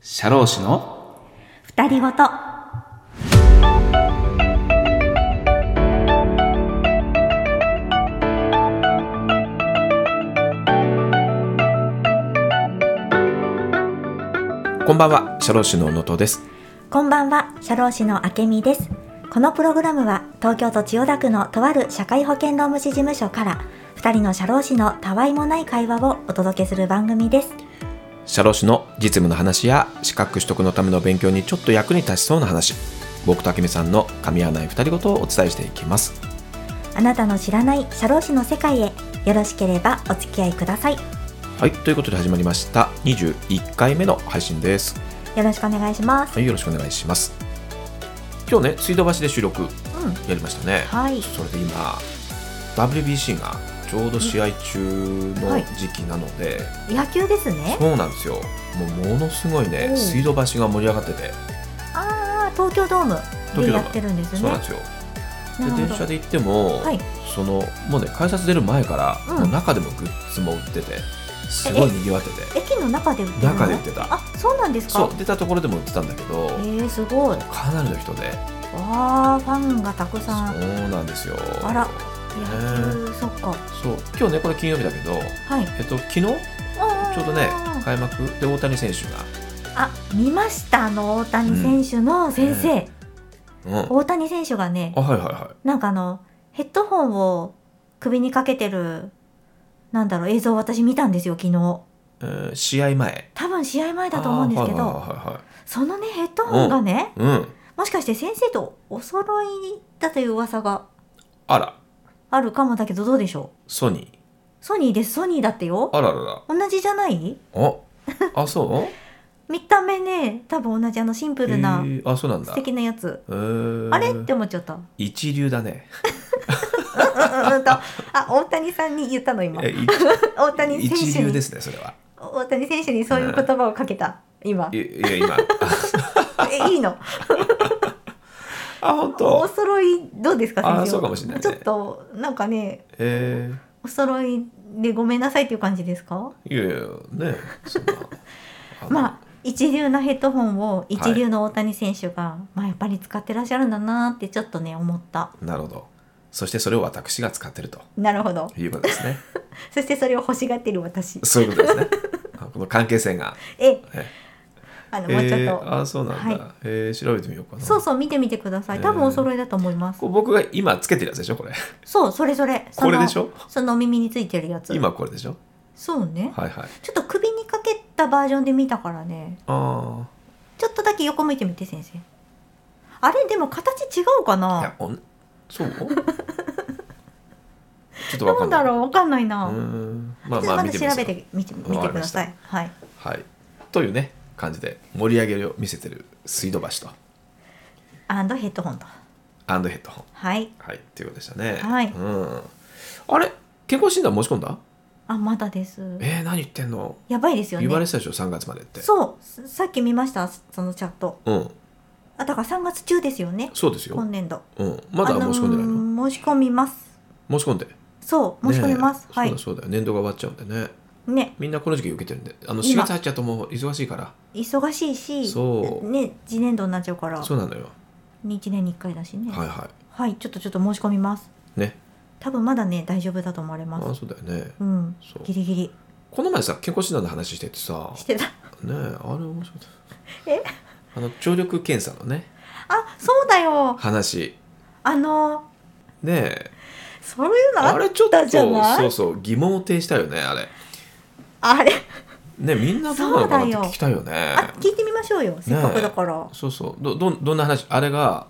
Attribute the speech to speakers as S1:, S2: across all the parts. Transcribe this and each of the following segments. S1: 社労士の
S2: 二人ごと。
S1: こんばんは社労士の野戸です
S2: こんばんは、社労士のあけみです。このプログラムは、東京都千代田区のとある社会保険労務士事務所から、二人の社労士のたわいもない会話をお届けする番組です。
S1: 社労士の実務の話や資格取得のための勉強にちょっと役に立ちそうな話僕とあけみさんの噛み合わない二人ごとをお伝えしていきます
S2: あなたの知らない社労士の世界へ、よろしければお付き合いください。よ
S1: はいということで始まりました21回目の配信です
S2: ろしくお願いします。
S1: はいよろしくお願いします今日ね水道橋で収録やりましたね、
S2: はい
S1: それで今 WBC がちょうど試合中の
S2: はい
S1: 時期なので、
S2: うん、野球ですね。
S1: そうなんですよもうものすごいね、
S2: うん
S1: 水道橋が盛り上がってて
S2: ああ、東京ドーム
S1: 東京ドーム
S2: でやってるんです
S1: そうなん
S2: ね
S1: で。すよ
S2: なる
S1: で
S2: ほど
S1: 電車で行っても、
S2: はい
S1: そのもうね改札出る前から、
S2: うん
S1: もう中でもグッズも売っててすごい賑わってて
S2: 駅の中で売ってるの
S1: 中で売ってた
S2: あ、そうなんですか。
S1: そう出たところでも売ってたんだけど、
S2: えー、すごい。
S1: かなりの人で
S2: わあ、ファンがたく
S1: そう
S2: さん。
S1: なんですよ
S2: あら
S1: ね
S2: 野球、そっか。
S1: そう今日ねこれ金曜日だけど、
S2: はい。
S1: えっと、昨日ちょうどね開幕で大谷選手
S2: あ、見ましたあの大谷選手の先生、
S1: が、うん、
S2: 大谷選手がね
S1: あ、はいはいは
S2: なんかあのヘッドホンを首にかけてるなんだろう映像を私見たんですよ昨日。
S1: い、えー試合前
S2: 多分試合前だと思うんですけど、
S1: あーは
S2: そのねヘッドホンがね、
S1: いはいはいはいうん
S2: もしかして先生とお揃いだという噂が
S1: あら
S2: あるかもだけどどうでしょう。
S1: ソニ
S2: ソニーですソニーだってよ
S1: ー。あららら
S2: 同じじゃない？
S1: ああそう
S2: 見た目ね多分同じあのシンプルな
S1: えーあそうなんだ
S2: 素敵なやつ、
S1: えー
S2: あれって思っちゃったうん
S1: 一流だ ね
S2: うんうんとあ大谷さんに言ったの今
S1: えい
S2: 大谷
S1: 一
S2: 選手
S1: 流で
S2: に
S1: すねそれは
S2: 大谷選手にそういう言葉をかけた今
S1: いいや今
S2: えいいの
S1: あ本
S2: お
S1: 当
S2: 揃いどうですか
S1: あー
S2: 先生
S1: そうかもしれないね
S2: ちょっとなんかね
S1: え
S2: お揃いでごめんなさいっていう感じですか
S1: ー、いやいやねそんなあの
S2: まあ一流なヘッドホンを一流の大谷選手が、まあやっぱり使ってらっしゃるんだなってちょっとね思った
S1: なるほどそしてそれを私が使ってると
S2: なるほど
S1: いうことですね
S2: そしてそれを欲しがってる私
S1: そういうことですねあこの関係性が
S2: え
S1: え
S2: あの
S1: え
S2: もうちょっと、
S1: ー、あそうなんだ、
S2: はい
S1: えー調べてみようかな
S2: そうそう見てみてください。多分お揃いだと思います。
S1: こう僕が今つけてるやつでしょこれ
S2: そうそれそれ。その
S1: これでしょ
S2: そのお耳についてるやつ。
S1: 今これでしょ
S2: そうね。
S1: はいはい
S2: ちょっと首にかけたバージョンで見たからね。
S1: あ
S2: ちょっとだけ横向いてみて先生。あれでも形違うか
S1: あい
S2: な
S1: や。おんそうちょっとわ
S2: な
S1: か
S2: ん
S1: んない
S2: だろうわかんないな。
S1: うーんまあ
S2: ちょっと
S1: まあ
S2: ま
S1: 見て
S2: だ調
S1: みます
S2: べてみてみてください。はい。
S1: はい、というね感じで盛り上げを見せてる水道橋と
S2: アンドヘッドホンと。
S1: アンドヘッドホン
S2: はい。
S1: はいっていうことでしたね
S2: はい
S1: うん、あれ健康診断申し込んだ
S2: あまだです。
S1: えー、何言ってんの、
S2: やばいですよね
S1: 言。われてたでしょ3月までって
S2: そうささっき見ましたそのチャット。
S1: うん
S2: あだから3月中ですよね。
S1: そうですよ
S2: 今、年度。
S1: うん、まだ申し込んでないの、
S2: あのー申し込みます。
S1: 申し込んで
S2: そう、申し込みま
S1: ね
S2: す。
S1: え
S2: は
S1: そう
S2: い
S1: だ。そうだよ年度が終わっちゃうんでね
S2: ね、
S1: みんなこの時期受けてるんであの4
S2: 今
S1: 月入っちゃうともう忙しいから
S2: 忙しいし、
S1: そう
S2: ね、次年度になっちゃうから、
S1: そうなのよ
S2: 1年に1回だしね。は
S1: はい
S2: い、
S1: は
S2: ちょっとちょっと申し込みます。
S1: いね
S2: 多分まだね、大丈夫だと思われ
S1: あ
S2: ます。
S1: そうだよね
S2: うん、
S1: そう
S2: ギリギリ
S1: この前さ健康診断の話しててさ
S2: してた。
S1: ねえあれ面白かった
S2: え、
S1: あの聴力検査のね
S2: あ、そうだよ。
S1: 話
S2: あの、
S1: ねえ
S2: そういうの
S1: あ
S2: あ
S1: れちょっと
S2: じゃない
S1: そうそう疑問を呈したよねあれ
S2: あれ、
S1: ねみんなどうなのかなって
S2: そうだよ
S1: 聞きたいよね
S2: あ、聞いてみましょうよ。せっかくだから。
S1: そうそうどどんどんな話あれが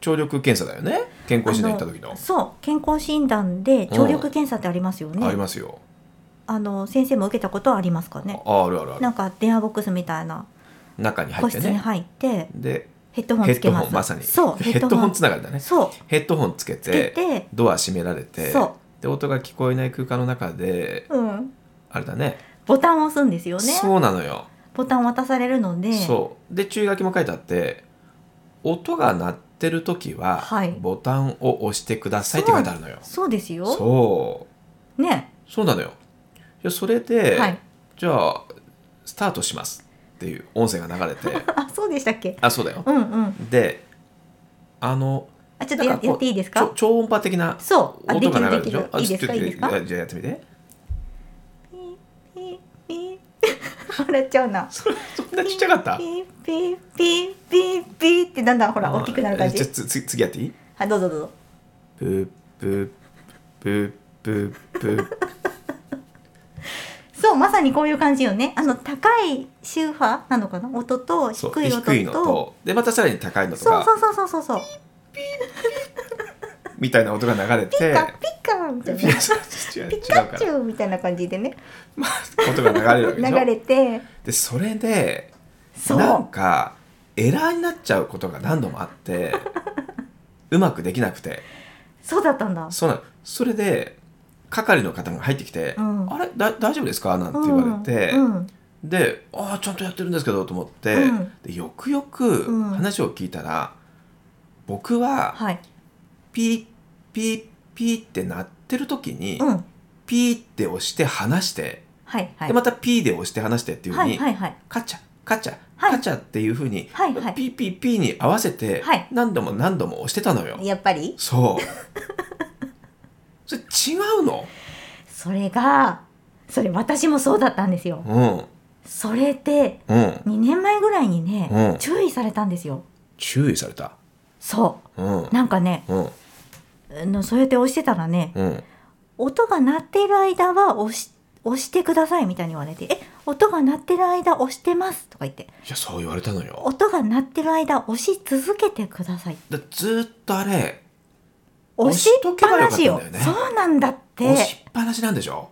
S1: 聴力検査だよね健康診断行った時の
S2: あそう健康診断で聴力検査ってありますよね、
S1: ありますよ、
S2: あの先生も受けたことはありますかね
S1: ああるあるある
S2: なんか電話ボックスみたいな
S1: 中に入
S2: 個
S1: って
S2: 室に
S1: ね
S2: 入って、
S1: で
S2: ヘッドホン
S1: ヘ
S2: つ
S1: ッ
S2: け
S1: ド
S2: ま
S1: ホ
S2: す
S1: ンまさに
S2: そう
S1: ヘッドホンつながりだね
S2: そう
S1: ヘッドホンつけ
S2: つけ
S1: て
S2: て
S1: ドア閉められて
S2: そ
S1: で音が聞こえない空間の中で
S2: うん、
S1: あれだね
S2: ボタンを押すんですよね
S1: そうなのよ
S2: ボタン渡されるので
S1: そうで注意書きも書いてあって音が鳴ってる時は、
S2: はい
S1: ボタンを押してくださいって書いてあるのよ
S2: そうですよ
S1: そう
S2: ね
S1: そうなのよいやそれで、
S2: はい
S1: じゃあスタートしますっていう音声が流れて
S2: あそうでしたっけ
S1: あそうだよ
S2: うんうん
S1: であの
S2: あちょっとや
S1: なんかこう
S2: やっていいです
S1: ちょ
S2: か
S1: 超音波的な
S2: そうあで
S1: 音
S2: き
S1: が
S2: る
S1: 流れるで
S2: でき
S1: しょ
S2: る
S1: あ
S2: いいですかい
S1: ちょっと
S2: いですか
S1: あじゃあやってみ て
S2: ピーピー ピー笑っちゃうな
S1: そそんなちっちゃかった
S2: ピーピーピーピーピーってだんだんほら大きくなる感
S1: うんえじ
S2: じ
S1: ゃあつつ次やっていい
S2: はいどうぞどうぞ
S1: ブーブーブーブーブー
S2: そうまさにこういう感じよねあの高い周波なのかな音と低
S1: そう
S2: い音と
S1: 低いのとでまたさらに高いのと
S2: そう
S1: か
S2: そうそうそうそうそう
S1: みたいな音が流れて
S2: ピカピカみたい
S1: い
S2: な
S1: やそう違う違
S2: ピ
S1: う
S2: カ
S1: か
S2: チ
S1: ら
S2: ュウみたいな感じでね
S1: まあ音が流れるわけ
S2: 流
S1: でしょでそれ
S2: れて
S1: で
S2: そう
S1: なんかエラーになっちゃうことが何度もあってうまくできなくて
S2: そうだったんだ
S1: そうなのそれで係の方が入ってきて「
S2: うん
S1: あれだ大丈夫ですか?」なんて言われて、
S2: うんうん
S1: で「ああちゃんとやってるんですけど」と思って、
S2: うん
S1: でよくよく
S2: うん
S1: 話を聞いたら、僕は
S2: はい
S1: ピーピーピーって鳴ってる時に、
S2: うん
S1: ピーって押して離して、
S2: はいはい
S1: でまたピーで押して離してっていうふう
S2: は
S1: に、
S2: いはいはい
S1: カチャカチャ、
S2: はい
S1: カチャっていうふうに、
S2: はいはい
S1: ピーピーピーに合わせて
S2: はい
S1: 何度も何度も押してたのよ。
S2: やっぱり
S1: そうそれ違うの
S2: それがそれ私もそうだったんですよ
S1: うん
S2: それで
S1: うん
S2: 2年前ぐらいにね、
S1: うん
S2: 注意されたんですよ
S1: 注意された
S2: そ
S1: うん
S2: うなんかね
S1: うん
S2: あのそうやって押してたらね
S1: うん
S2: 音が鳴ってる間は押し押してくださいみたいに言われて「え音が鳴ってる間押してます」とか言って
S1: いやそう言われたの
S2: 「
S1: よ
S2: 音が鳴ってる間押し続けてください
S1: だずーっとあれ」
S2: 押しっぱなしよ
S1: 押しとけばよかったんだよね
S2: そうなんだっ
S1: 押
S2: て
S1: しっぱなしなんでしょ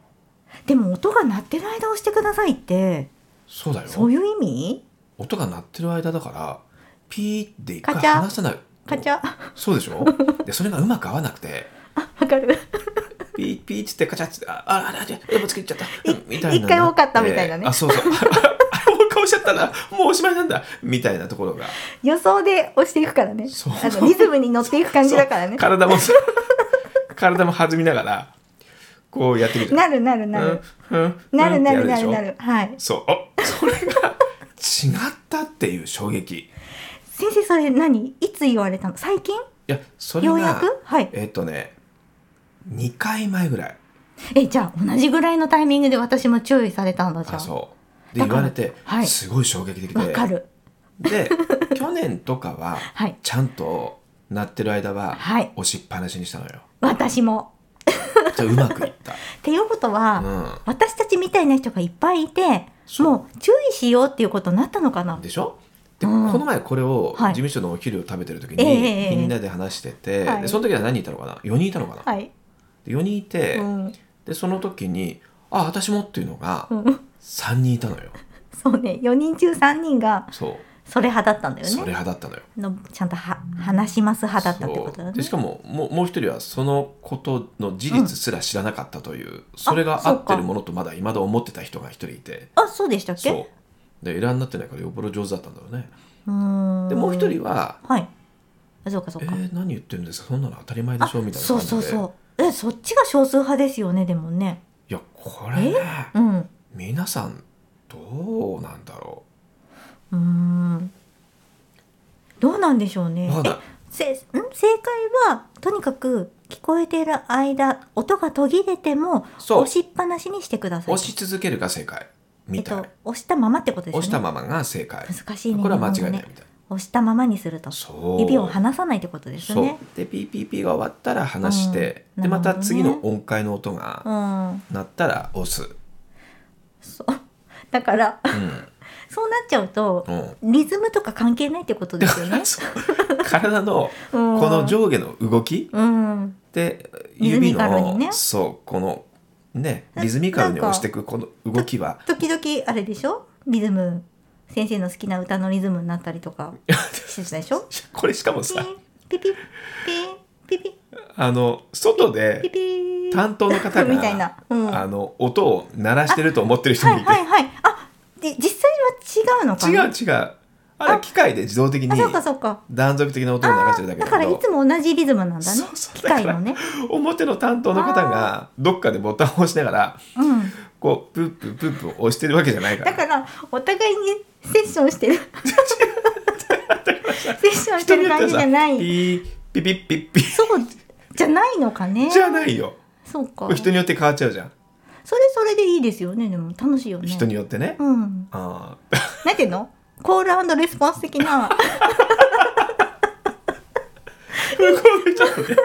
S2: でも音が鳴ってる間押してくださいって
S1: そうだよ
S2: そういう意味
S1: 音が鳴ってる間だからピーって一回
S2: カチャ
S1: 離さない
S2: カチャ
S1: そうでしょでそれがうまく合わなくて
S2: わかる
S1: ピーピーっつってカチャっつってあああああでもつけちゃった
S2: い
S1: うんみたいな
S2: 一回多かったみたいなね
S1: あそうそう あもう顔しちゃったらもうおしまいなんだみたいなところが
S2: 予想で押していくからね
S1: そう
S2: あのリズムに乗っていく感じだから ね
S1: 体も体も弾みながらこうやってみる
S2: なるなるなる、なるなるなるなるはい
S1: そうあそれが違ったっていう衝撃い
S2: 先生それ何いつ言われたの最近
S1: やそれ
S2: ようや
S1: が
S2: くはい
S1: えっとね2回前ぐらい
S2: えじゃあ同じぐらいのタイミングで私も注意されたんだじゃ
S1: あ
S2: んわ
S1: そうで
S2: だ
S1: 言
S2: から
S1: われて、
S2: はい
S1: すごい衝撃的で
S2: かる
S1: で去年とかは
S2: はい
S1: ちゃんと鳴ってる間は
S2: はい
S1: 押しっぱなしにしたのよ
S2: 私も
S1: じゃあうまくい った、
S2: っていうことは、
S1: う
S2: 私たちみたいな人がいっぱいいて
S1: そう、
S2: もう注意しようっていうことになったのかなん
S1: でしょで、
S2: うん
S1: この前これを事
S2: はい
S1: 務所のお昼を食べてる時
S2: えええ
S1: に
S2: え
S1: みんなで話してて、
S2: はい
S1: でその時は何人いたのかな4人いたのかな、
S2: はい、
S1: で4人いて、
S2: うん
S1: でその時に「あ私も」っていうのが
S2: うん、
S1: 3人いたのよ
S2: そうね4人中3人が
S1: そう
S2: それ派だったんだよ
S1: それ
S2: ね
S1: 派だったのよ
S2: のちゃんとは話します派だったってことだ
S1: そ
S2: ね
S1: うでしかももうもう一人はそのことの事実すら知らなかったという、それが合ってるものとまだ今だ思ってた人が一人いて
S2: あそうでしたっけ
S1: そうでエラーになってないからよっぽど上手だったんだろうね
S2: うーん
S1: でもう一人は
S2: はいあそう
S1: 「
S2: かそう
S1: え
S2: か、
S1: ー、何言ってるんですかそんなの当たり前で
S2: あ
S1: しょ」みたいな
S2: そ
S1: 感
S2: う
S1: じで
S2: そうそうえそっちが少数派ですよねでもね
S1: いやこれね
S2: うんう
S1: 皆さんどうなんだろ
S2: ーんどうなんでしょう
S1: う
S2: ね
S1: まだ
S2: えせん正解はとにかく聞こえている間音が途切れても
S1: そう
S2: 押しっぱなしにしてください
S1: 押し続けるが正解みたい、
S2: えっと、押したままってことですよね
S1: 押したままが正解
S2: 難しいね
S1: これは間違いないみ
S2: 日
S1: たい
S2: 本語ね
S1: な、
S2: 押したままにすると
S1: そう
S2: 指を離さないってことです
S1: そう
S2: ね
S1: で PPP が終わったら離して、
S2: うん
S1: でまた
S2: なるほどね
S1: 次の音階の音
S2: う
S1: が
S2: ん
S1: 鳴ったら押す、
S2: そうだから
S1: う
S2: そうなっちゃうと
S1: んうん。
S2: リズムとか関係ないってことですよね
S1: そう体の
S2: こ
S1: この上下の動き
S2: うん、
S1: で
S2: リズ
S1: 指
S2: ミカルに
S1: の、
S2: ね
S1: そうこのね
S2: な
S1: リズミカルに押していくこの動きは
S2: 時々あれでしょリズム先生の好きな歌のリズムになったりとか
S1: いや
S2: してたでしょ
S1: これしかも
S2: ピ
S1: さ
S2: ピピピピピ
S1: あの外
S2: ピ
S1: で
S2: ピ
S1: 担当の方
S2: みたいな
S1: が、
S2: うん
S1: あの音を鳴らしてると思ってる人
S2: は
S1: もい
S2: い
S1: て、
S2: はいはいあで実際は違うのかな
S1: 違う違うあれ機械で自動的に
S2: あそうかそうか
S1: 断続的な音を流してるだけ
S2: だ
S1: だ
S2: か
S1: け
S2: らい
S1: ど
S2: つも同じリズムなんだね
S1: そうそう
S2: 機械のね
S1: 表の担当の方がどっかでボタンを押しながら
S2: うん
S1: こうプッププップ押してるわけじゃないから
S2: だからお互いにセッショ ンしてるセッションしてる感じじゃな
S1: ピ
S2: い
S1: ーピピッピッピッ
S2: そうじゃないのかね
S1: じゃないよ
S2: そうか
S1: これ人によって変わっちゃうじゃん、
S2: それそれでいいですよねでも楽しいよね
S1: 人によってね、
S2: うん
S1: あ
S2: なんていうのコールレスポンス的な
S1: ーごめんちょっとね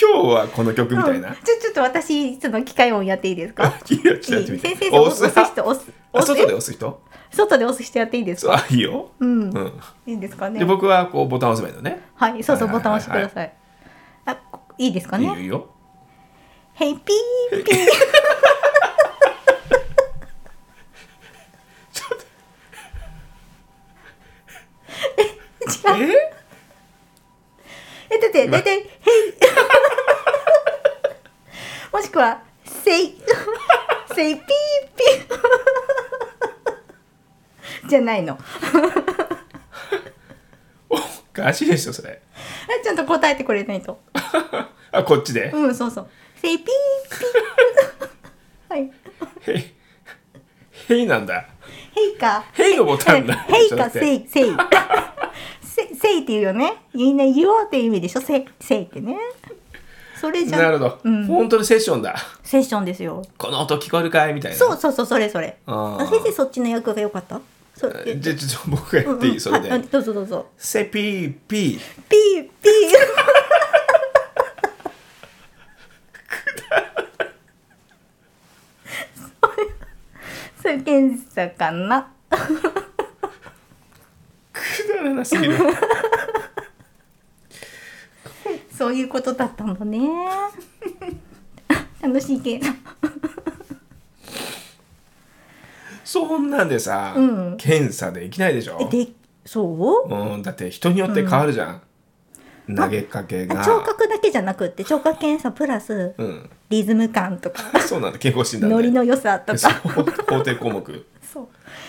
S1: 今日はこの曲みたいな、
S2: うんちょちょっと私その機械音やっていいですか
S1: いいよちょっ
S2: い
S1: とやって
S2: い
S1: みて
S2: 先生
S1: 押
S2: 押
S1: す
S2: す押す人押す
S1: あ
S2: 押す
S1: 外で押す人
S2: 外で押す人やっていいです
S1: そう
S2: か
S1: あいいよ、
S2: うん、
S1: うん
S2: いいですか
S1: で
S2: ね
S1: 僕はこうボタン押せばいいのね
S2: はいそうそう
S1: はい
S2: ボ
S1: はい
S2: タン
S1: はいはい
S2: 押してくださいあこいいですか
S1: いいよ
S2: ね
S1: いいよ
S2: ヘイピー ピー
S1: え
S2: 違う えだって
S1: ま
S2: 大体「ヘイ」 もしくは「セイ」「セイピーピー」じゃないの
S1: おかしいでしょそれ
S2: あちゃんと答えてくれないと
S1: あこっちで、
S2: うんそうそう「セイピーピー」はい
S1: へいへいなんだ
S2: 「ヘイ」か「
S1: へいのボタンだ
S2: ヘイ」
S1: じゃな
S2: か「
S1: くて
S2: セイ」「セイ」セ「セイ」っていうよねみんな言おうっていう意味でしょ「セイ」「セイ」ってねそれじゃ
S1: なるほど、
S2: うん、
S1: 本当にセッションだ
S2: セッションですよ
S1: この音聞こえるかいみたいな
S2: そうそうそうそれそれ
S1: あー
S2: あ先生そっちの役が良かったそ
S1: えじゃあちょっと僕がやっていい、それで、
S2: はいはいどうぞどうぞ
S1: セピーピー
S2: ピーピーそれ検査かな
S1: くだらなすぎる
S2: そういうことだったんだね楽しいけど
S1: そんなんでさ、
S2: うん
S1: 検査できないでしょ
S2: えでそう
S1: うん、だって人によって変わるじゃん、投げかけが
S2: 聴覚だけじゃなくって聴覚検査プラス
S1: うん
S2: リズム感とか
S1: そうなんだ健康診断で
S2: ノリの良さと
S1: そう
S2: か
S1: 法定項目
S2: そう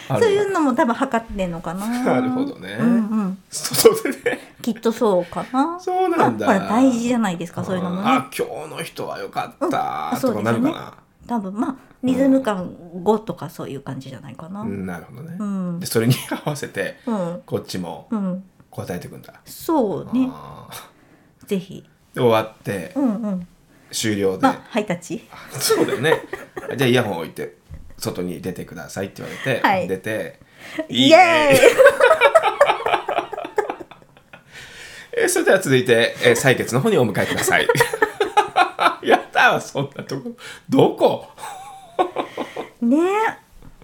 S1: ある
S2: そういうのも多分測ってんのかな
S1: なるほどね
S2: うんうん
S1: そうそれで
S2: きっとそうかな。
S1: そうなんだ
S2: まあほら大事じゃないですか、そういうのも
S1: ん
S2: ね
S1: あ。今日の人は良かっ
S2: うん
S1: た
S2: そ
S1: と
S2: うで
S1: かな
S2: すよね
S1: るか
S2: 多分まあリズム感5とかそういう感じじゃないかな。
S1: な、
S2: う、
S1: うんん、なるほどね、
S2: うん
S1: でそれに合わせて
S2: うん、
S1: こっちも答えていくんだ、
S2: そうね、
S1: あー
S2: ぜひ。
S1: で終わって
S2: うんうん。
S1: 終了で、
S2: まあハイタッチ。
S1: あ そうだよねじゃあイヤホン置いて外に出てくださいって言われて、
S2: はい
S1: 出て
S2: イエ
S1: イえーそれでは続いて、えー採決の方にお迎えくださ いやったーそんなとこどこ
S2: ーイ。ね、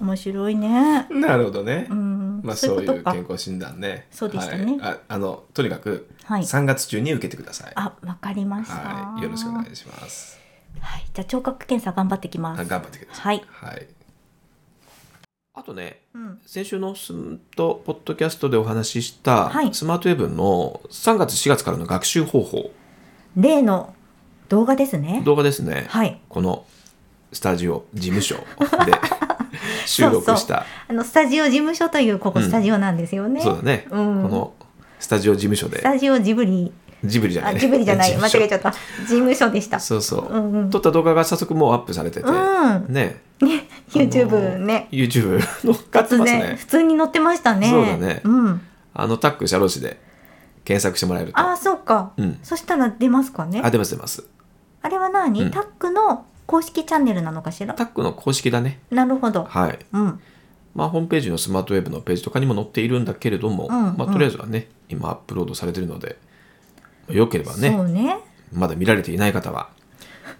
S2: 面白いね。
S1: なるほどね、
S2: うん、
S1: まあ、
S2: そ
S1: そ
S2: ういうう
S1: い
S2: こと
S1: う
S2: か
S1: 健。康診断ね
S2: そうでしたね
S1: はい、ああのとにかく
S2: はい
S1: 3月中に受けてください、は
S2: あ、わかりました。
S1: い、よろしくお願
S2: す。
S1: いします
S2: はい、じゃあ聴覚検査頑張ってきま
S1: あ
S2: す。
S1: 頑張ってください
S2: はい。
S1: はい、あとね
S2: うん。
S1: 先週のスンとポッドキャストでお話しした
S2: はい
S1: スマートウェブの3月4月からの学習方法
S2: 例の動画ですね。
S1: 動画ですね、
S2: はい。
S1: このスタジオ事務所 で収録した
S2: あのスタジオ事務所というここスタジオなんですよね。
S1: そうだね、
S2: うん
S1: このスタジオ事務所
S2: ス
S1: で
S2: タジオジブリ
S1: ジブリじゃな
S2: あ
S1: い
S2: ジブリじ ゃない間違えち
S1: ゃ
S2: ゃった事務所でした
S1: そうそう、
S2: うんうん
S1: 撮った動画が早速もうアップされてて、
S2: うん
S1: ね
S2: YouTube ね
S1: YouTube 乗っかって
S2: 突
S1: ます
S2: 然
S1: ね
S2: 普通に載ってましたね
S1: そうだね
S2: うん
S1: あのタック社労士で検索してもらえると
S2: ああそうか、
S1: うん
S2: そしたら出ますかね
S1: あ
S2: あ
S1: 出ます出ます
S2: れは何、
S1: うん
S2: タックの公式チャンネルなのかしら
S1: タックの公式だね
S2: なるほど
S1: はい
S2: うん
S1: まあ、ホームページのスマートウェブのページとかにも載っているんだけれども、
S2: うん
S1: まあ、
S2: うん
S1: とりあえずはね今アップロードされているのでよければね
S2: そうね
S1: まだ見られていない方は、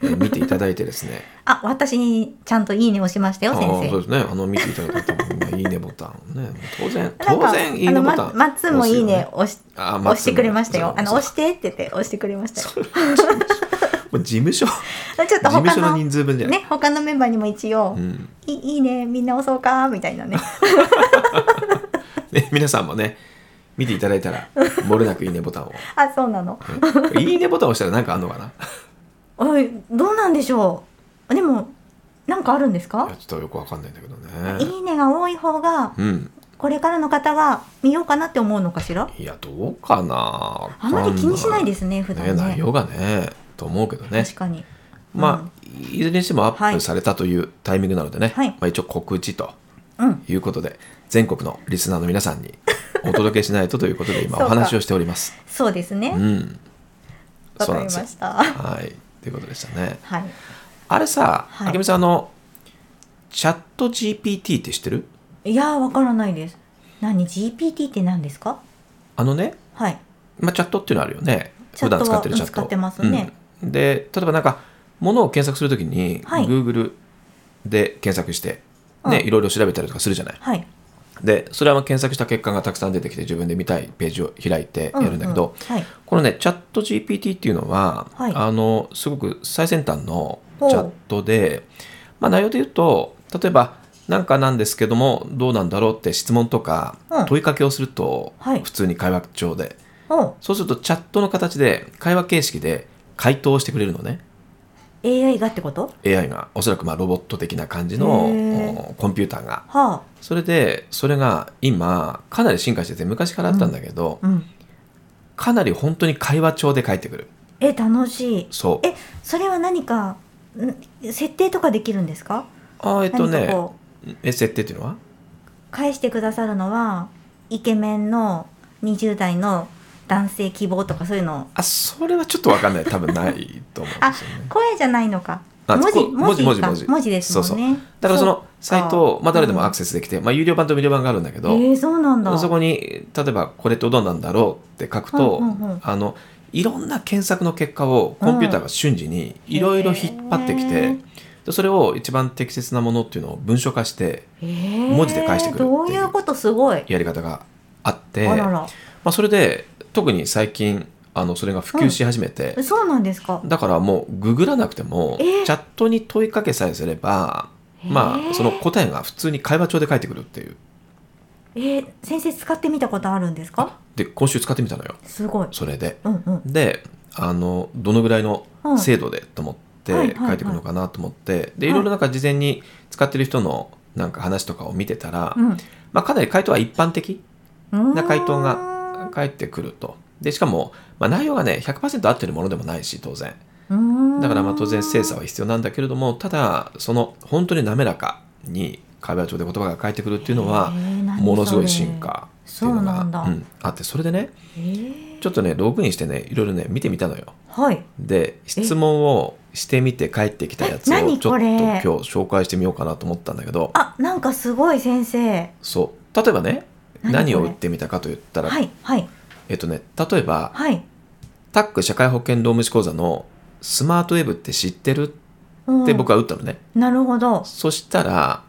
S1: え ー見ていただいてですね
S2: あ私にちゃんといいねをしましたよ
S1: あ
S2: 先
S1: ー
S2: 生
S1: そうですねあの見ていただいた方もまあいいねボタンをね当然
S2: なんか
S1: 当然いいねボタン
S2: あのまマッツンもいいね押し
S1: あーマッツンも
S2: 押してくれましたよ。あの
S1: そう
S2: 押してって言って押してくれましたよ。
S1: もう事務 所事
S2: ちょっと
S1: 務
S2: 他
S1: 所の
S2: の
S1: 人数分じゃない、
S2: ね他のメンバーにも一応、
S1: うん
S2: いいいいねみんな押そうかみたいなね
S1: ね、皆さんもね見ていただいたら漏れなくいいねボタンを、
S2: あそうなの
S1: うんいいねボタンを押したらなんかあんのかな
S2: おいどうなんでしょうでもなんかあるんです
S1: いや
S2: か
S1: ちょっとよくわかんないんだけど
S2: い
S1: ね
S2: いねが多い方が
S1: うん
S2: これからの方が見ようかなって思うのかしら
S1: いやどうかな
S2: あまり気にしないですすね普
S1: ね
S2: 段ね
S1: 内容がねと思うけどね
S2: 確かに
S1: まあ、いずれにしてもアッ
S2: は
S1: プ
S2: い
S1: されたというタイミングなのでね、
S2: はい
S1: まあ、一応告知と
S2: うん
S1: いうことで、全国のリスナーの皆さんにお届けしないとという ことで今
S2: そうか
S1: お話をしております。
S2: そうですね
S1: うん、
S2: わ
S1: そう
S2: か
S1: な
S2: り
S1: ん
S2: ま
S1: ですよ。
S2: した
S1: はい、ということでしたね。
S2: はい
S1: あれさ、
S2: はい
S1: あけみさんあのチャット GPT って知ってる
S2: いやーわからないです何 GPT って何ですか
S1: あのね、
S2: はい
S1: まあ、チャットっていうのあるよね
S2: チャ
S1: 普
S2: ットは
S1: 段使ってるチャット
S2: うん使ってますね
S1: うんで例えばなんかものを検索するときに、
S2: はい
S1: Google で検索して、ね
S2: うん
S1: いろいろ調べたりとかするじゃない
S2: はい
S1: でそれはまあ検索した結果がたくさん出てきて自分で見たいページを開いてや
S2: う
S1: るんだけど、
S2: うんはい
S1: このねチャット GPT っていうのは、
S2: はい
S1: あのすごく最先端のチ
S2: ほう
S1: ャットで、まあ、内容で言うと例えばなんかなんですけどもどうなんだろうって質問とか
S2: うん
S1: 問いかけをすると、
S2: はい
S1: 普通に会話帳で
S2: お
S1: そうするとチャットの形で会話形式で回答してくれるのね
S2: AI がってこと
S1: AI がおそらくまあロボット的な感じ
S2: へ
S1: の
S2: ー
S1: おコンピューターが
S2: は
S1: それでそれが今かなり進化してて昔からあったんだけど、
S2: あうん
S1: かなり本当に会話帳で返ってくる
S2: え楽しい
S1: そう
S2: えそれは何かん設定とかできるんですか
S1: あーえっと
S2: 何か
S1: ね
S2: こう
S1: え設定っていうのは
S2: 返してくださるのはイケメンの20代の男性希望とかそういうの
S1: あそれはちょっとわかんない多分ないと 思うんですよね
S2: 声じゃないのか
S1: あ
S2: 文字
S1: こ文字
S2: 文字か
S1: 文字
S2: 文字ですもんね
S1: そうだからそのサイトをまあ誰でもアク
S2: セ
S1: セスできて、まあ、有料版と無料版があるんだけど、
S2: えー、そうなんだ
S1: そこに例えばこれとどうなんだろうって書くと、
S2: うんうんうん
S1: あのいろんな検索の結果をコンピューターが瞬時にいろいろ引っ張ってき
S2: へ
S1: て
S2: ー、
S1: でそれを一番適切なものっていうのを文書化して
S2: えー
S1: 文字で返してくるっていう
S2: どういうことすごい
S1: やり方があって
S2: あら
S1: ま
S2: ら
S1: あ、それで特に最近あのそれが普及し始めて、
S2: そうなんですか
S1: だからもうググらなくても、
S2: えー
S1: チャットに問いかけさえすれば、ま
S2: へ
S1: あ
S2: ー
S1: その答えが普通に会話帳で返ってくるっていう
S2: えー先生使ってみたことあるんですか
S1: で今週使ってみたのよ
S2: すごい
S1: それで。
S2: うんうん
S1: であのどのぐらいの
S2: うん
S1: 精度でと思っ
S2: はいはい
S1: て
S2: はい
S1: 書いてくるのかなと思って、で
S2: はい
S1: いろいろなんか事前に使ってる人のなんか話とかを見てたら、
S2: うん
S1: まあ、かなり回答は一般的な回答が
S2: が
S1: 返ってくるとでしかも、まあ、内容がね100%合ってるものでもないし当然だからまあ当然精査は必要なんだけれどもただその本当に滑らかに会話帳で言葉が返ってくるっていうのはものすごい進化っていうの
S2: そう
S1: が
S2: なんだ
S1: うんあってそれでね
S2: えー
S1: ちょっとねログインしてねいろいろね見てみたのよ。
S2: はい
S1: で質問をしてみて帰ってきたやつをちょ
S2: え
S1: っ
S2: 何
S1: と
S2: こ
S1: 今
S2: れ
S1: 日紹介してみようかなと思ったんだけど
S2: あなんかすごい先生
S1: そう例えばね何
S2: 何こ
S1: を
S2: れ
S1: 打ってみたかと言ったら、
S2: はいはい
S1: えっとね例えば
S2: はい
S1: 「タック社会保険労務士講座のスマートウェブって知ってる?」
S2: うん
S1: って僕は打ったのね、
S2: なるほど
S1: そしたら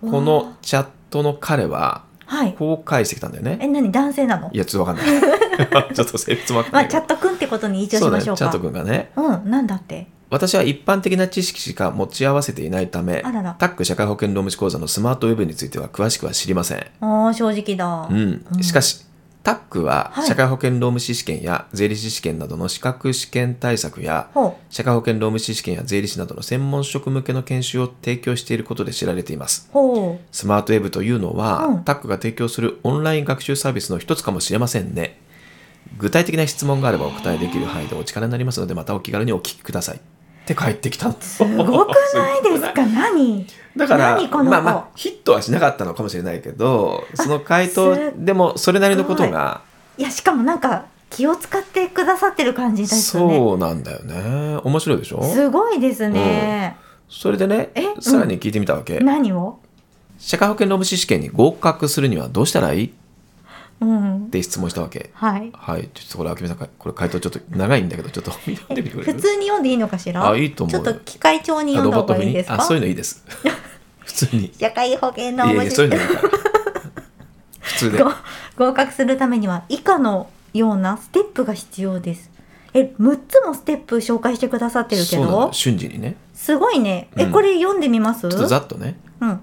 S1: こ
S2: わ
S1: のチャットの彼は
S2: あはい
S1: こう返してきたんだよね
S2: え何男性なの
S1: いやちょっとわかんない ちょっと性別もわかん
S2: ま
S1: な
S2: あ
S1: い
S2: チャットくんってことに一応
S1: そ
S2: し
S1: うだ
S2: ま
S1: ね
S2: し
S1: チャ
S2: ょうか
S1: ット君がね
S2: うんなんだって
S1: 私は一般的な知識しか持ち合わせていないため
S2: あらら
S1: タック社会保険労務士講座のスマートウェブについては詳しくは知りません、
S2: ああ正直だ
S1: うん
S2: うん
S1: しかしタックは
S2: はい
S1: 社会保険労務士試験や税理士試験などの資格試験対策や
S2: ほ
S1: 社会保険労務士試験や税理士などの専門職向けの研修を提供していることで知られています
S2: うほ
S1: スマートウェブというのは、
S2: うん
S1: タックが提供するオンライン学習サービスの一つかもしれませんね具体的な質問があればお答えできる範囲でお力になりますのでまたお気軽にお聞きくださいって帰ってきたの
S2: うすごくないで すか何
S1: だから
S2: 何この子
S1: まあまあヒットはしなかったのかもしれないけどその回
S2: す
S1: 答でもそれなりのことが
S2: いやしかもなんか気を使ってくださってる感じですよね
S1: そうなんだよね面白いでしょ
S2: すごいですね
S1: それでね
S2: えうん
S1: さらに聞いてみたわけ、
S2: 何を
S1: 社会保険労務士試験に合格するにはどうしたらいいっ
S2: うん
S1: て質問したわけ
S2: はい
S1: はい、ちょっとこれ、明美さん、これ回答ちょっと長いんだけど、ちょっと読んでみてくれる
S2: 普通に読んでいいのかしら
S1: あいいと思う
S2: ち
S1: よ
S2: ょっと機械調に
S1: あ
S2: 読
S1: ロ
S2: ん
S1: ボット
S2: だ方が
S1: 風
S2: いい
S1: に
S2: です
S1: あ、そうい
S2: か
S1: うのいいです。 普通に。い
S2: 社会保険
S1: や
S2: の
S1: い
S2: 文
S1: や、そういう
S2: 字
S1: のなんか普通で。
S2: ご合格するためには以下のようなステップが必要ですえ6つもステップ紹介してくださってるけ
S1: そうな
S2: ど
S1: の瞬時にね。
S2: すごいねえ、
S1: うん
S2: これ読んでみます
S1: ちょっとざっとね。
S2: うん、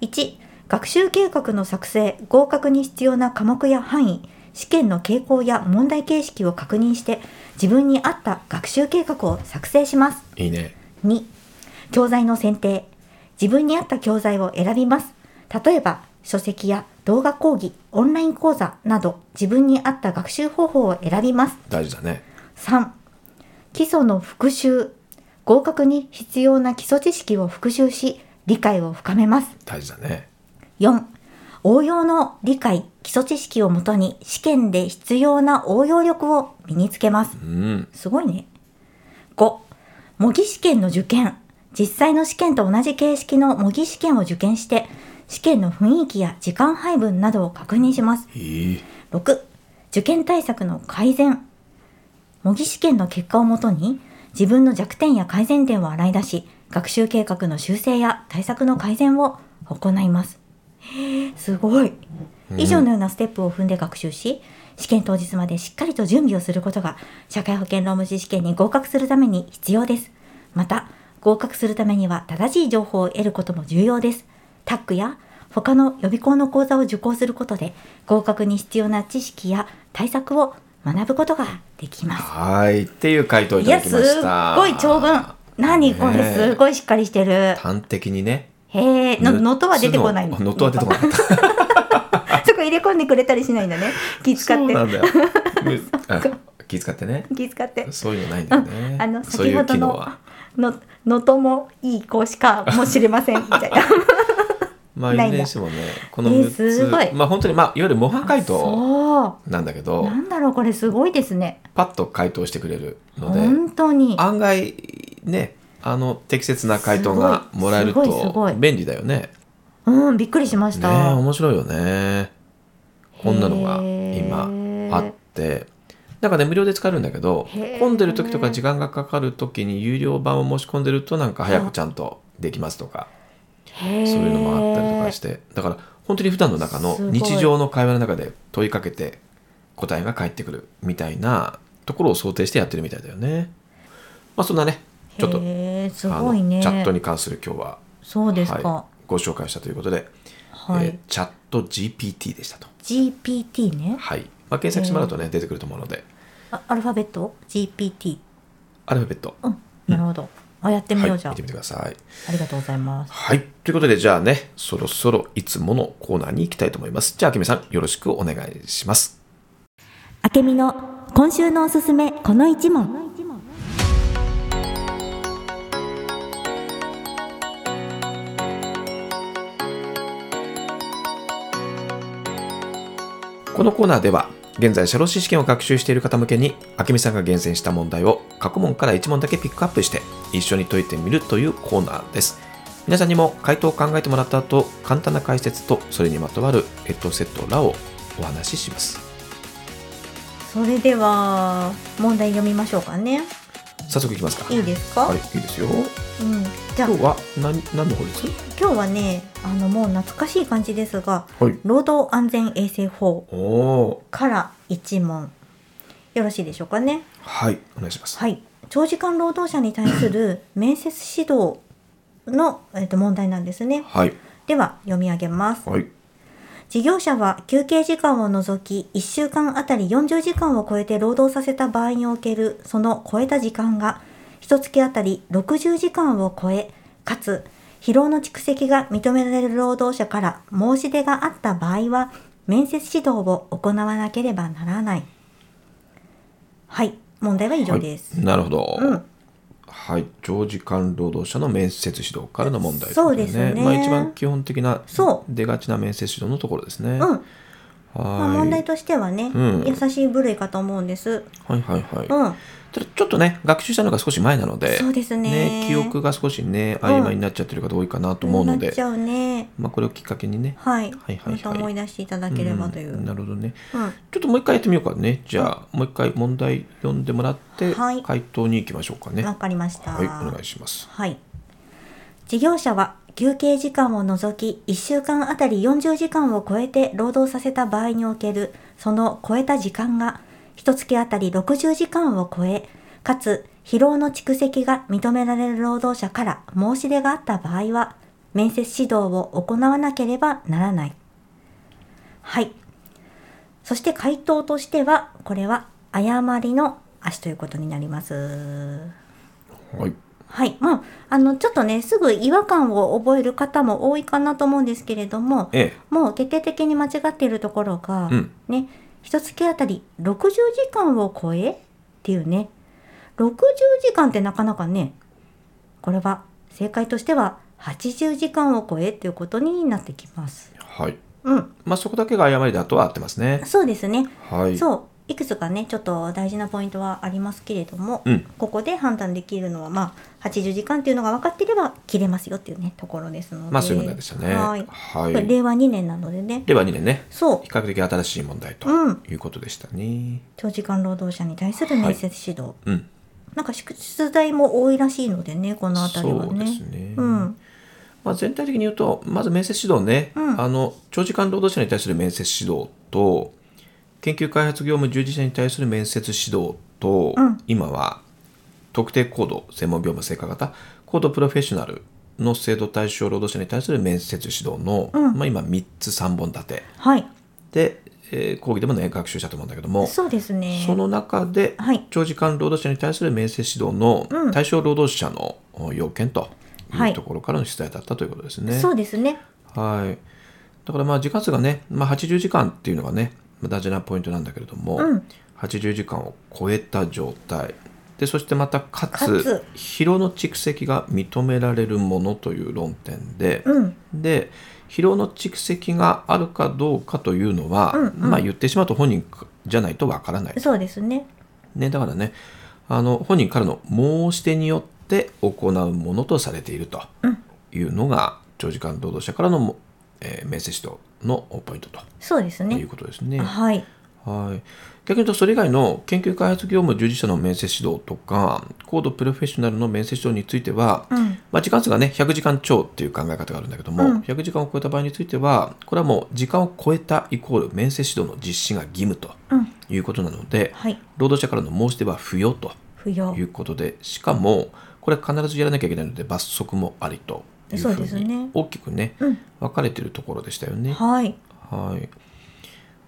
S2: 1学習計画の作成合格に必要な科目や範囲試験の傾向や問題形式を確認して自分に合った学習計画を作成します
S1: いいね。
S2: 2教材の選定自分に合った教材を選びます例えば書籍や動画講義オンライン講座など自分に合った学習方法を選びます
S1: 大事だね。
S2: 3基礎の復習合格に必要な基礎知識を復習し、理解を深めます。
S1: 大事だね
S2: 4. 応用の理解、基礎知識をもとに試験で必要な応用力を身につけます。
S1: うん
S2: すごいね。5. 模擬試験の受験。実際の試験と同じ形式の模擬試験を受験して、試験の雰囲気や時間配分などを確認します。
S1: いい
S2: 6. 受験対策の改善。模擬試験の結果をもとに、自分の弱点や改善点を洗い出し、学習計画の修正や対策の改善を行います。へーすごい。以上のようなステップを踏んで学習し、試験当日までしっかりと準備をすることが、社会保険労務士試験に合格するために必要です。また、合格するためには正しい情報を得ることも重要です。タックや他の予備校の講座を受講することで、合格に必要な知識や対策を学ぶことができます。
S1: はいっていう回答をい
S2: い
S1: ただ
S2: や、
S1: き
S2: す
S1: ま
S2: っ
S1: した
S2: ごい長文。何こ
S1: ね
S2: れ、
S1: え
S2: すごいしっかりしてる。
S1: 端的にね
S2: へえ、の、能登は出てこない
S1: の能登は出てこなかった
S2: そこ入れ込んでくれたりしないんだ ね。 気使
S1: そう
S2: って
S1: な。んだよあ気遣って ね
S2: 気遣って。
S1: そういうのないんだよね
S2: あの、
S1: そうい
S2: 先
S1: う
S2: ほど
S1: 機能
S2: の
S1: は、
S2: の、のともいい講師かもしれま せん、みたいな。
S1: まあい
S2: な
S1: ず
S2: いんだ
S1: れにしてもねこの
S2: えー
S1: 6
S2: すごい
S1: つまあ本当にまあいわゆる模範回答
S2: そ
S1: なんだけ
S2: う。
S1: ど
S2: なんだろう、これすごいですね。
S1: パッと回答してくれるので
S2: 本当に。
S1: 案外ねあの適切な回答がもらえる
S2: すごいすごい
S1: と便利だよね。
S2: うん、びっくりしまし
S1: ね
S2: た。
S1: 面白いよね。こんなのが今あ
S2: 今
S1: ってなんかね無料で使えるんだけど
S2: へー
S1: 混んでる時とか時間がかかる時に有料版を申し込んでるとなんか早くちゃんとできますとか
S2: そう。
S1: そういうのもあったりとかしててだから本当に普段の中の
S2: すごい
S1: 日常の会話の中で問いかけて答えが返ってくるみたいなところを想定してやってるみたいだよね。まあそんなねちょっと
S2: へーす
S1: あ
S2: ごい
S1: の
S2: ね。
S1: チャットに関する今日は、
S2: そうです
S1: は
S2: か。
S1: い、ご紹介したということで、
S2: はい。
S1: えーチャット GPT でしたと、
S2: GPT ね。
S1: はいまあ、検索してもらうとね、出てくると思うので
S2: あアルファベット ?GPT。
S1: アルファベット、
S2: うん。なるほど。あ、やってみ
S1: はい、
S2: よう
S1: 見
S2: じゃあ
S1: てみ。てください。
S2: ありがとうございます。
S1: はいということでじゃあねそろそろいつものコーナーに行きたいと思いますじゃああけみさんよろしくお願いします
S2: あけみの今週のおすすめこの一問
S1: このコーナーでは現在社労士試験を学習している方向けにあけみさんが厳選した問題を過去問から1問だけピックアップして一緒に解いてみるというコーナーです皆さんにも回答を考えてもらった後簡単な解説とそれにまつわるヘッドセットらをお話しします
S2: それでは問題読みましょうかね
S1: 早速いきますか
S2: いいですか、
S1: はいいいですよ
S2: うん、じゃあ
S1: 今日は何何の法律
S2: 今日はねあのもう懐かしい感じですが
S1: はい
S2: 労働安全衛生法
S1: おお
S2: から一問よろしいでしょうかね
S1: ーはいお願いします
S2: はい長時間労働者に対する面接指導の、えっと問題なんですね
S1: はい
S2: では読み上げます
S1: はい
S2: 事業者は休憩時間を除き1週間あたり40時間を超えて労働させた場合におけるその超えた時間が1月あたり60時間を超えかつ疲労の蓄積が認められる労働者から申し出があった場合は面接指導を行わなければならないはい問題は以上です、
S1: はいなるほど、
S2: うん
S1: はい長時間労働者の面接指導からの問題
S2: そうですね
S1: ということでまあ、一番基本的な
S2: そう
S1: 出がちな面接指導のところですね、
S2: うん
S1: は
S2: まあ、問題
S1: い
S2: としてはね、
S1: うん
S2: 優しい部類かと思うんです
S1: はいはいはい、
S2: うん
S1: ただちょっとね学習したのが少し前なので
S2: そうですね
S1: 記憶が少しね曖昧になっちゃってる方多いかなと思うの
S2: な
S1: で
S2: っち、ゃうね
S1: まあ、これをきっかけにね
S2: はい、
S1: はいはいはい
S2: また思い出していただければという、
S1: んなるほどね
S2: うん
S1: ちょっともう一回やってみようかねじゃあ、もう一回問題読んでもらって、
S2: はい
S1: 回答に行きましょうかね
S2: わかりました。
S1: はいお願いします
S2: はい事業者は休憩時間を除き1週間あたり40時間を超えて労働させた場合におけるその超えた時間が1月あたり60時間を超え、かつ疲労の蓄積が認められる労働者から申し出があった場合は、面接指導を行わなければならない。はい。そして回答としては、これは誤りの足ということになります。
S1: はい
S2: はい。まあ、あの、ちょっとね、すぐ違和感を覚える方も多いかなと思うんですけれども、
S1: ええ
S2: もう決定的に間違っているところが、
S1: うん
S2: ね、一月あたり60時間を超えっていうね、60時間ってなかなかね、これは正解としては80時間を超えということになってきます。
S1: はい。
S2: うん、
S1: まあそこだけが誤りだとは合ってますね。
S2: そうですね。
S1: はい。
S2: そういくつかねちょっと大事なポイントはありますけれども、
S1: うん
S2: ここで判断できるのはまあ80時間っていうのが分かっていれば切れますよっていうねところですので
S1: まあそういう問題でしたね。
S2: はい、
S1: は
S2: これ
S1: い。
S2: 令和2年なのでね
S1: 令和2年ね、
S2: そう
S1: 比較的新しい問題と
S2: うん
S1: いうことでしたね。
S2: 長時間労働者に対する面接指導、
S1: うん。
S2: なんか宿出題も多いらしいのでねこの辺りは
S1: そう
S2: ね
S1: ですね。
S2: うん
S1: まあ、全体的に言うとまず面接指導ね、
S2: うん
S1: あの長時間労働者に対する面接指導と研究開発業務従事者に対する面接指導と、
S2: うん
S1: 今は特定高度専門業務成果型高度プロフェッショナルの制度対象労働者に対する面接指導の、
S2: うん
S1: まあ、今3つ3本立て
S2: はい
S1: で、えー講義でも年間学習したと思うんだけども
S2: そうですね
S1: その中で、
S2: はい
S1: 長時間労働者に対する面接指導の
S2: うん
S1: 対象労働者の要件と
S2: はいいう
S1: ところからの出題だったということですね。
S2: そうですね
S1: はい、だからまあ時間数がね、まあ、80時間っていうのがねまあ大事なポイントなんだけれども、
S2: うん
S1: 80時間を超えた状態でそしてまたかつ
S2: かつ
S1: 疲労の蓄積が認められるものという論点で、
S2: うん
S1: で疲労の蓄積があるかどうかというのは、
S2: うんうん
S1: まあ、言ってしまうと本人じゃないとわからない、
S2: そうですね
S1: ね、だからねあの本人からの申し出によって行うものとされていると
S2: うん
S1: いうのが長時間労働者からのも、えー、面接指導のポイントと
S2: そうです
S1: いう
S2: ね
S1: ことですね。
S2: はい
S1: はい、逆に言うとそれ以外の研究開発業務従事者の面接指導とか高度プロフェッショナルの面接指導については、
S2: うん
S1: まあ、時間数がね100時間超っていう考え方があるんだけども、
S2: うん
S1: 100時間を超えた場合についてはこれはもう時間を超えたイコール面接指導の実施が義務と
S2: うん
S1: いうことなので
S2: はい
S1: 労働者からの申し出は不要と
S2: 不要
S1: いうことでしかもこれは必ずやらなきゃいけないので罰則もありというふ
S2: そうで
S1: う
S2: す
S1: に
S2: ね
S1: 大きくね
S2: うん
S1: 分かれているところでしたよね。
S2: はい
S1: はい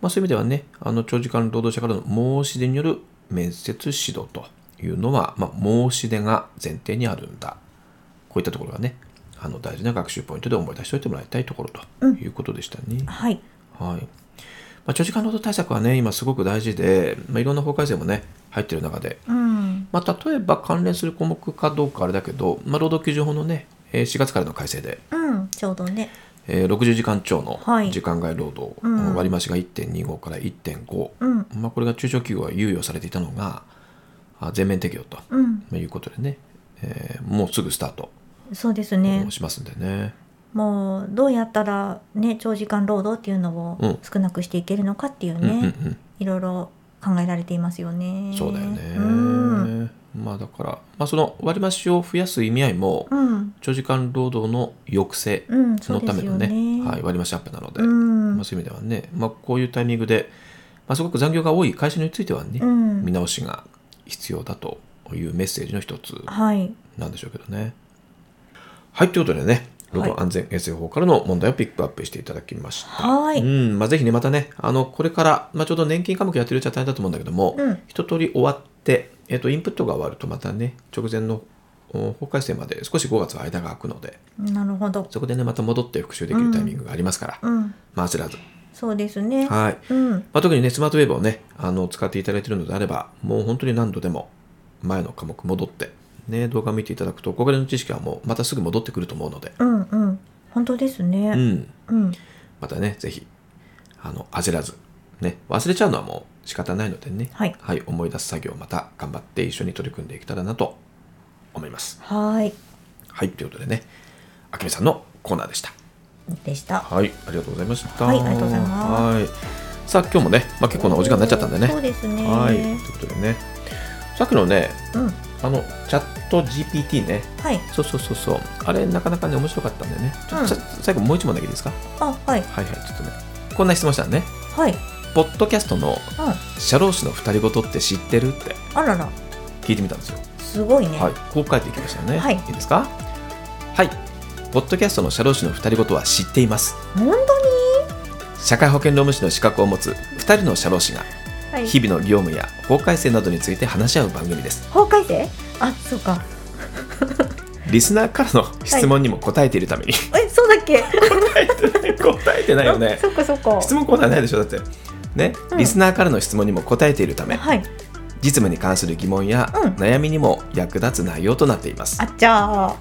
S1: まあ、そういう意味ではねあの長時間労働者からの申し出による面接指導というのは、まあ、申し出が前提にあるんだこういったところがねあの大事な学習ポイントで思い出しておいてもらいたいところと
S2: うん
S1: いうことでしたね。
S2: はい
S1: はいまあ、長時間労働対策はね今すごく大事で、まあ、いろんな法改正もね入ってる中で
S2: うん
S1: まあ、例えば関連する項目かどうかあれだけど、まあ、労働基準法のねえー4月からの改正で、
S2: うんちょうどね
S1: えー60時間超の
S2: はい
S1: 時間外労働、
S2: うん
S1: 割増が1.25から1.5、
S2: うん
S1: まあ、これが中小企業が猶予されていたのがあ全面適用と
S2: うん
S1: いうことでね、えーもうすぐスタート
S2: そうですね
S1: しますんでね
S2: もうどうやったらね長時間労働っていうのを
S1: うん
S2: 少なくしていけるのかっていう
S1: うんうん
S2: ね、いろいろ考えられていますよ
S1: う
S2: ね
S1: んそうだよね、
S2: うん
S1: まあだから、まあ、その割増を増やす意味合いも
S2: うん、
S1: 長時間労働の抑制
S2: うん、そ
S1: の
S2: うで
S1: ため
S2: すよ
S1: のね
S2: ね
S1: はい、割増アップなので、
S2: うん
S1: まあ、そういう意味ではね、まあ、こういうタイミングで、まあ、すごく残業が多い会社についてはね、
S2: うん
S1: 見直しが必要だというメッセージの一つ
S2: はい
S1: なんでしょうけどね。はい、ということでね、労働安全衛生法からの問題をピックアップしていただきました。
S2: はい
S1: うんまあ、ぜひね、またね、あのこれから、まあ、ちょうど年金科目やってるうちは大変だと思うんだけども、
S2: うん
S1: 一通り終わって、えっとインプットが終わると、またね、直前のお法改正まで少し5月は間が空くので、
S2: なるほど
S1: そこでね、また戻って復習できるタイミングがありますから、
S2: うん
S1: まあ、焦らず。
S2: そうですね
S1: はい。
S2: うん
S1: まあ、特にね、スマートウェーブをね、あの、使っていただいているのであれば、もう本当に何度でも前の科目戻って、ね、動画見ていただくと、ここでの知識はもうまたすぐ戻ってくると思うので、
S2: うんうん本当です
S1: う
S2: ね
S1: ん。
S2: うん
S1: またね、ぜひ、あの、焦らず、ね、忘れちゃうのはもう仕方ないのでね、
S2: はい
S1: 思い出す作業をまた頑張って一緒に取り組んでいけたらなと思います。
S2: はい
S1: はい、ということでね、あきみさんのコーナーでした。
S2: でした
S1: はい、ありがとうございました。
S2: はいありがとうございます
S1: はい。さあ、今日もね、まあ、結構なお時間になっちゃったんでね。
S2: そうですね
S1: はい、ということでね、さっきのね、
S2: うん
S1: あのチャット GPT ね、
S2: はい
S1: そうそうそうそう、あれなかなかね面白かったんだよね。ちょ
S2: うん
S1: ちょ最後もう一問だけいいですか。
S2: あはい
S1: はいはい、ちょっとね、こんな質問したのね。
S2: はい
S1: ポッドキャストの
S2: うん
S1: 社労士の二人ごとって知ってるって
S2: あらら
S1: 聞いてみたんですよ。
S2: すごいね
S1: はい、こう書いていきましたよね。
S2: はい
S1: いですか。はい、ポッドキャストの社労士の二人ごとは知っています。
S2: 本
S1: 社会保険労務士の資格を持つ二人の社労士が
S2: 当に
S1: 日々の業務や法改正などについて話し合う番組です。
S2: 法改正あそうか
S1: リスナーからの質問にも答えているために、
S2: えそうだっけ
S1: 答えてないよね
S2: あ そっかそっか
S1: 質問コーナーないでしょだってね、
S2: うん
S1: リスナーからの質問にも答えているため
S2: はい
S1: 実実務に関する疑問や
S2: うん
S1: 悩みにも役立つ内容となっています
S2: あ、っちゃ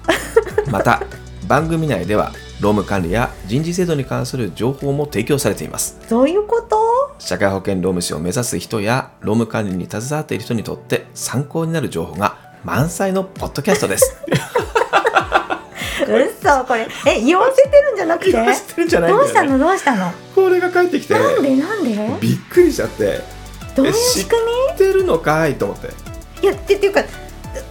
S2: ー
S1: また番組内では労務管理や人事制度に関する情報も提供されています
S2: どういうこと
S1: 社会保険労務士を目指す人や労務管理に携わっている人にとって参考になる情報が満載のポッドキャストです
S2: うそこれえ言わせてるんじゃなくて
S1: 言わせてるんじゃないん
S2: ど
S1: だ
S2: うした
S1: よ、ね、
S2: のどうしたの
S1: これが返ってきて
S2: なんでなんで
S1: びっくりしちゃって
S2: どういう仕組み
S1: 知ってるのかいと思って
S2: いやってっていうか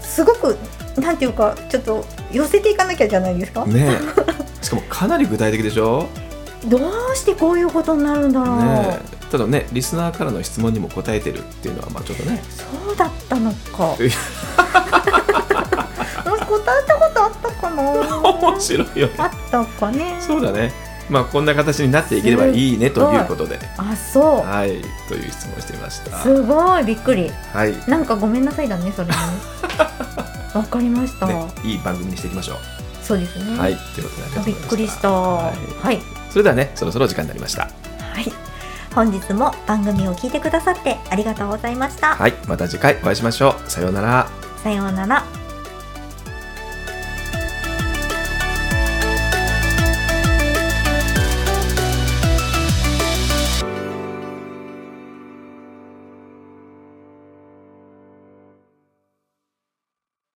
S2: すごくなんていうかちょっと寄せていかなきゃじゃないですか、
S1: ね えしかもかなり具体的でしょ
S2: どうしてこういうことになるんだろう、
S1: ねえただねリスナーからの質問にも答えてるっていうのはまあちょっとね
S2: そうだったのか
S1: え
S2: もし答えたことあった かな
S1: 面白いよね
S2: あったかね
S1: そうだねまあこんな形になっていければいいねということで
S2: あそう
S1: はいという質問をしてみました
S2: すごいびっくり
S1: はい、ね、
S2: なんかごめんなさいだねそ れねわかりました、
S1: いい番組にしていきましょう
S2: そうですね、
S1: はいということでありがと
S2: び
S1: う
S2: っ
S1: ございま
S2: くりしたは、
S1: はいい、それではねそろそろ時間になりました
S2: はい、本日も番組を聞いてくださってありがとうございました、
S1: はいまた次回お会いしましょうさようなら
S2: さようなら